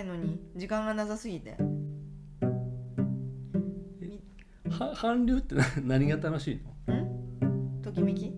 いのに時間がなさすぎては韓 流ってな何が楽しいのんときめき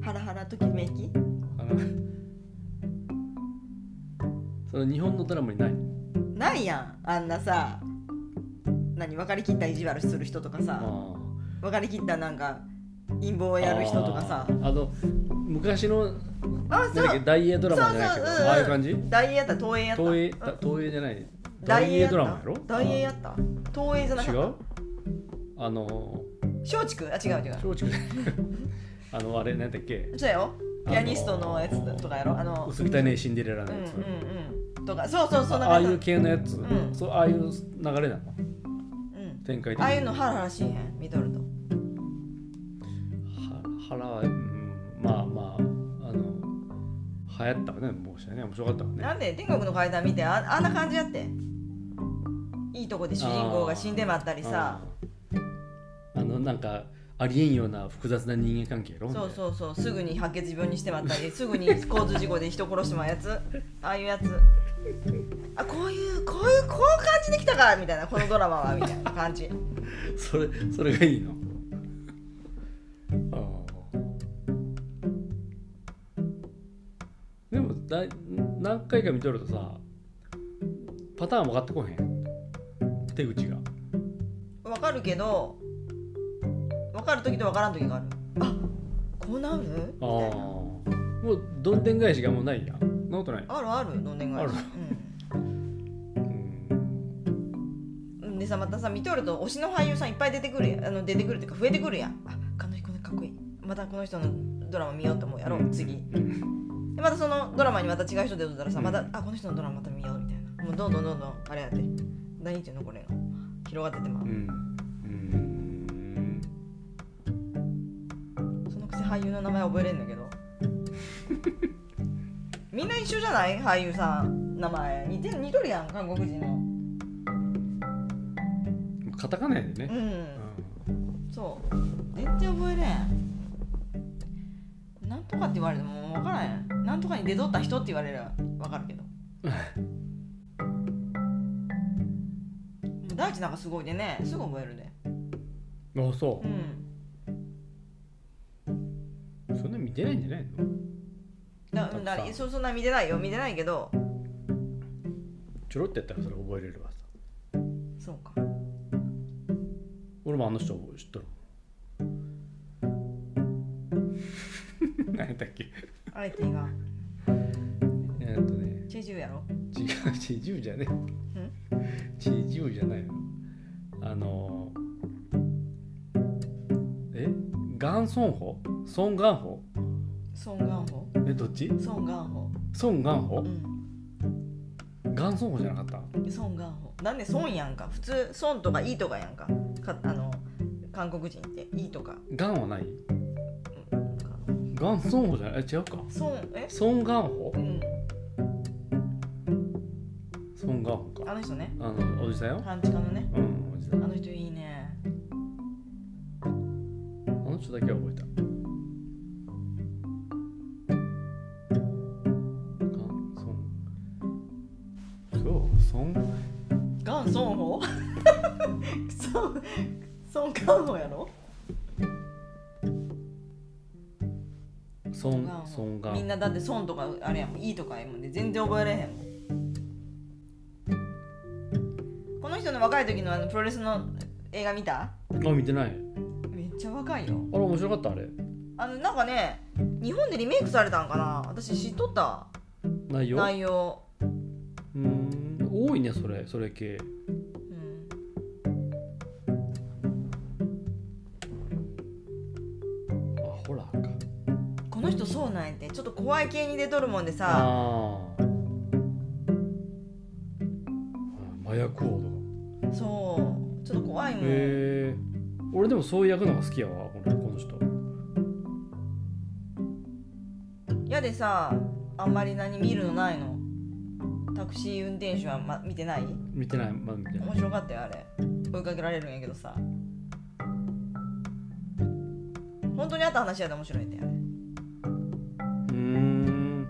ハラハラときめきあのそれ日本のドラマにないないやんあんなさ何別れ切った意地悪する人とかさあ別れ切ったなんか陰謀をーやる人とかさあの昔のあなんそうだっけ大英ドラマじゃないけどそうそううんうんああいう感じ大英やった東映やった東映うんだ東映じゃない大大英英やったドラマやろ大英やった東映じゃなか違っうあのた松竹あ違う違う松竹 あのあれなんだっけそうやよあのーピアニストのやつとかやろあの薄汚いシンデレラうのんうんやつ、うんとかそうそうそんなああ感いじう系のやつ、んそうああいう流れなうのん展開的あにあいうのハラハラしへん見とるとは腹は、うん、まあまああの流行ったわねもうしね面白かったわねなんで天国の階段見てああんな感じやっていいとこで主人公が死んでまったりさあーあのなんかありえんような複雑な人間関係やろそううそうそうすぐに白血病にしてまったりすぐに交通事故で人殺してまうやつああいうやつあこういうこういうこういう感じできたかみたいなこのドラマはみたいな感じそれそれがいいのあーでもだい何回か見とるとさパターン分かってこへん手口がわかるけどわかる時とわからん時があるあこうなるみたいああなもうどんでん返しがもうないやんそんなことないあるあるどんでん返しあうんうんでさまたさ見とると推しの俳優さんいっぱい出てくるやんあの出てくるっていうか増えてくるやんあこの人この人かっこいいまたこの人のドラマ見ようと思うやろ次でうんまたそのドラマにまた違う人出てたらさうんまたあこの人のドラマまた見ようみたいなもうどんどんどんどんあれやって何言ってんのこれが広がっててまううんうんそのくせ俳優の名前覚えれんだけ どみんな一緒じゃない俳優さん名前似てる似とるやん韓国人のカタカナやでうね、んうそう全然覚えれんなんとかって言われても分からんやんなんとかに出とった人って言われれば分かるけ どもう大地なんかすごいでねすぐ覚えるでん、あそうう、んそんな見てないんじゃないのだたくさだんそうそんな見てないよ見てないけどちょろってやったらそれ覚えれるわさそうか俺もあの人知っとる 何やったっけあえてがえーっとねチェジュやろ違うチジュウじゃねチジュウじゃないのあのー、えガンソンホソンガンホソン・ガンホえどっちソン・ガンホソンガンホうんガンソンホじゃなかったソン・ガンホなんでソンやんか普通ソンとかイとかやんかかあの韓国人ってイとかガンはないうんかガンソンホじゃないえ違うかソンえソンガンホうんソンガンホかあの人ねあのおじさんよ半地下のねうんおじさあんあの人いいねの人だけは覚えたガンソンそうソガンソン ホソンンソンガンホやろソンソンガンみんなだってソンとかあれやもんいいとかやもんで全然覚えられへんもんこの人の若い時のあのプロレスの映画見たあ見てないめっちゃ若いよあれ面白かったあれあのなんかね日本でリメイクされたんかな私知っとった内容内容うーん多いねそれそれ系うんあホラーかこの人そうなんやってちょっと怖い系に出とるもんでさああ麻薬王とかそうちょっと怖いもん、へえ俺でもそういう役の方が好きやわこのこの人やでさあんまり何見るのないのタクシー運転手は、ま、見てない見てないまだ見てない面白かったよあれ追いかけられるんやけどさ本当にあった話やで面白いんだよねうーん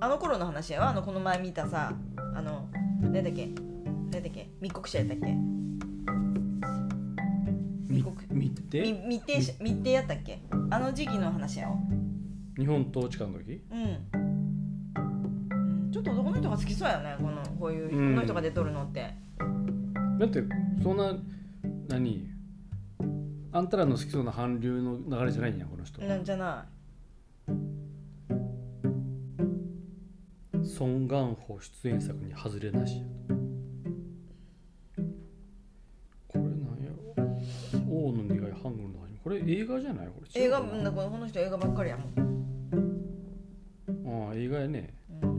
あの頃の話やわあのこの前見たさあの何だっけ何だっけ密告者やったっけみ密告み見て密偵者密偵やったっけあの時期の話やわ日本統治下の時うんうんちょっと男の人が好きそうやねこのこういうこの人が出とるのって、だってそんな何あんたらの好きそうな韓流の流れじゃないんやこの人なんじゃなソン・ガンホ出演作に外れなしやこれなんやろ王の願いハングルの始まりこれ映画じゃないこいれ違映う画かうなんだからこの人映画ばっかりやもん、ああ映画やねうん、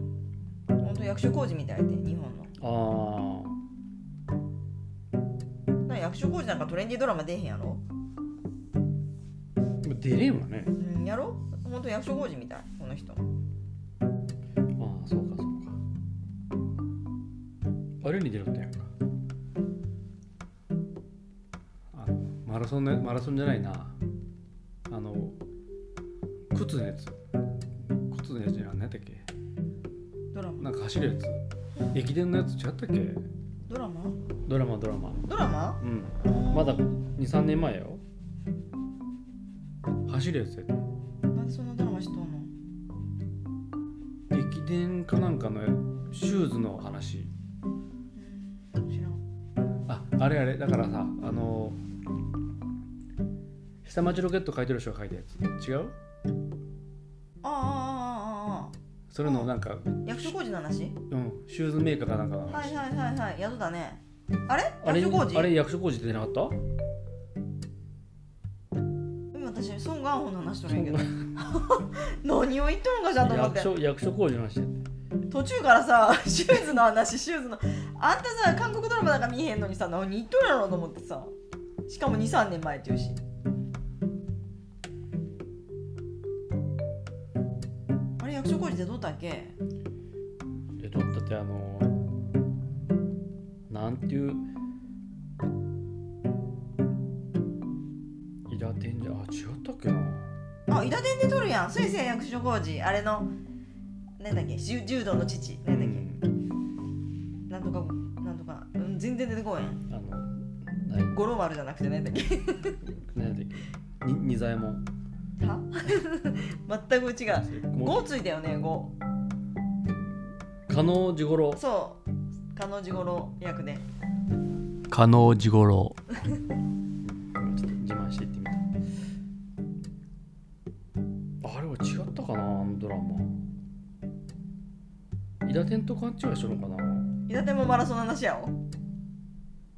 ほんと役所工事みたいで日本のああなんか役所工事なんかトレンディードラマ出えへんやろでも出れんわねうんやろほんと役所工事みたいこの人ああそうかそうかあれに出るんだやんかあのマラソンねマラソンじゃないなあの靴のやつ靴のやつじゃない何やったっけドラマなんか走るやつ駅伝のやつ違ったっけドラマドラマドラマドラマうんまだ23年前よ走るやつやったなんでそんなドラマしとんの駅伝かなんかのシューズの話うん知らんああれあれだからさあの下町ロケット書いてる人が書いたやつ違うあああああああそれのなんか、うあ役所工事の話ん、シューズメーカーかなんかの話はいはいはいはい宿だねあれあれ役所工事あれ役所工事出てなかった今私ソン・ガンホンの話しとるんやけど何を言っとるんかじゃんと思っ役て所役所工事の話やっ途中からさ シューズの話シューズのあんたさ韓国ドラマなんか見えへんのにさ何言っとるやろと思ってさしかも23年前っていうしあれ役所工事でどうだっけえっと、だってあのなんていうイラテンじゃあ違ったっけなあ伊田店で撮るやん水仙役所工事あれのなんだっけ柔柔道の父なんだっけ、うんなんとかなんとか、うん、全然出てこへんあの何五郎丸じゃなくてなんだっけ何だっけに仁左衛門は 全く違うも五ついたよね五う加納治五郎そう彼女五郎役で加納治五郎ちょっと自慢していってみたあれは違ったかなあのドラマイラテンと勘違いしとるのかな伊達もマラソンの話やろ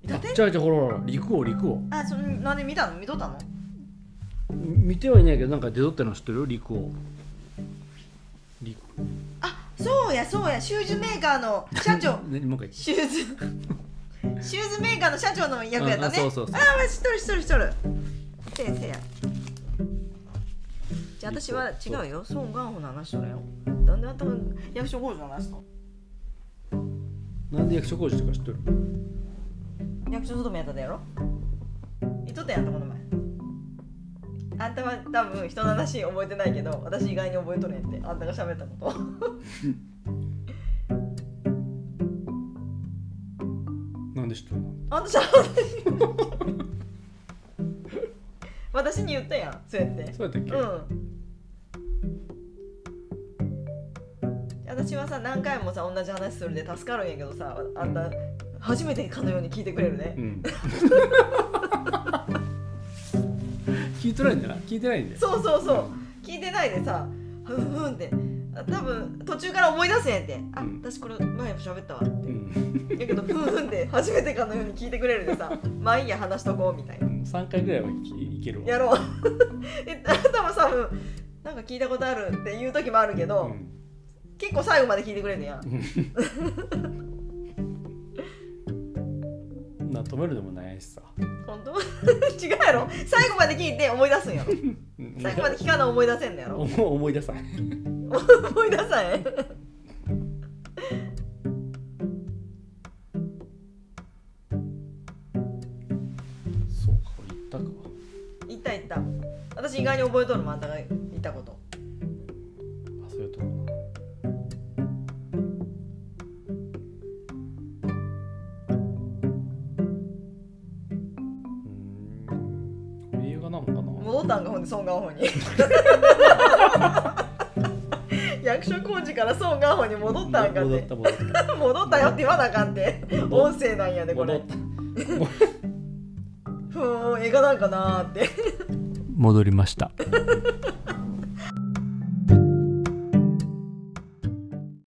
伊あ達じゃあじゃあほらほら陸王陸王あそれなんで見たの見とったの見てはいないけどなんか出とったの知ってる陸王陸あそうやそうやシューズメーカー の社長何もう一回シューズシューズメーカーの社長の役やったねああそうそうそうああ知っとる知っとる知っとる先生やじゃあ私は違うよソン・ガンホの話しとるよなんであんたが役所工事の話しとんなんで役所工事とか知ってる役所勤めやっただやろ言っとったやんたこの前あんたは多分人の話覚えてないけど私意外に覚えとるんやってあんたが喋ったことなんで知ってるのあんた喋った私に言ったやんそうやってそうやったっけ、うん私はさ何回もさ同じ話するんで助かるんやけどさあんた初めてかのように聞いてくれるねうん 聞いてないんだな聞いてないんだよそうそうそう聞いてないでさふんふんってあ多分途中から思い出せんやってあ、うん私これ前も喋ったわってうんやけどふんふんって初めてかのように聞いてくれるでさまあいいや話しとこうみたいな3回ぐらいはいけいけるわやろう えあなたもさうんなんか聞いたことあるっていう時もあるけど、うん結構最後まで聞いてくれるやんな止めるでもないしさ本当 違うやろ最後まで聞いて思い出すんやろうん最後まで聞かな思い出せんのやろ思 思い出さない思い出さへんそうかこれ言ったか言った言った私意外に覚えとるもんあんたが言ったこと忘れとるなタンがほんでソン・ガンホに 役所工事からソン・ガンホに戻ったんかっ戻てった戻った戻ったよって言わなあかんって戻 音声なんやでこ戻れったふーん映画なんかなーって戻りました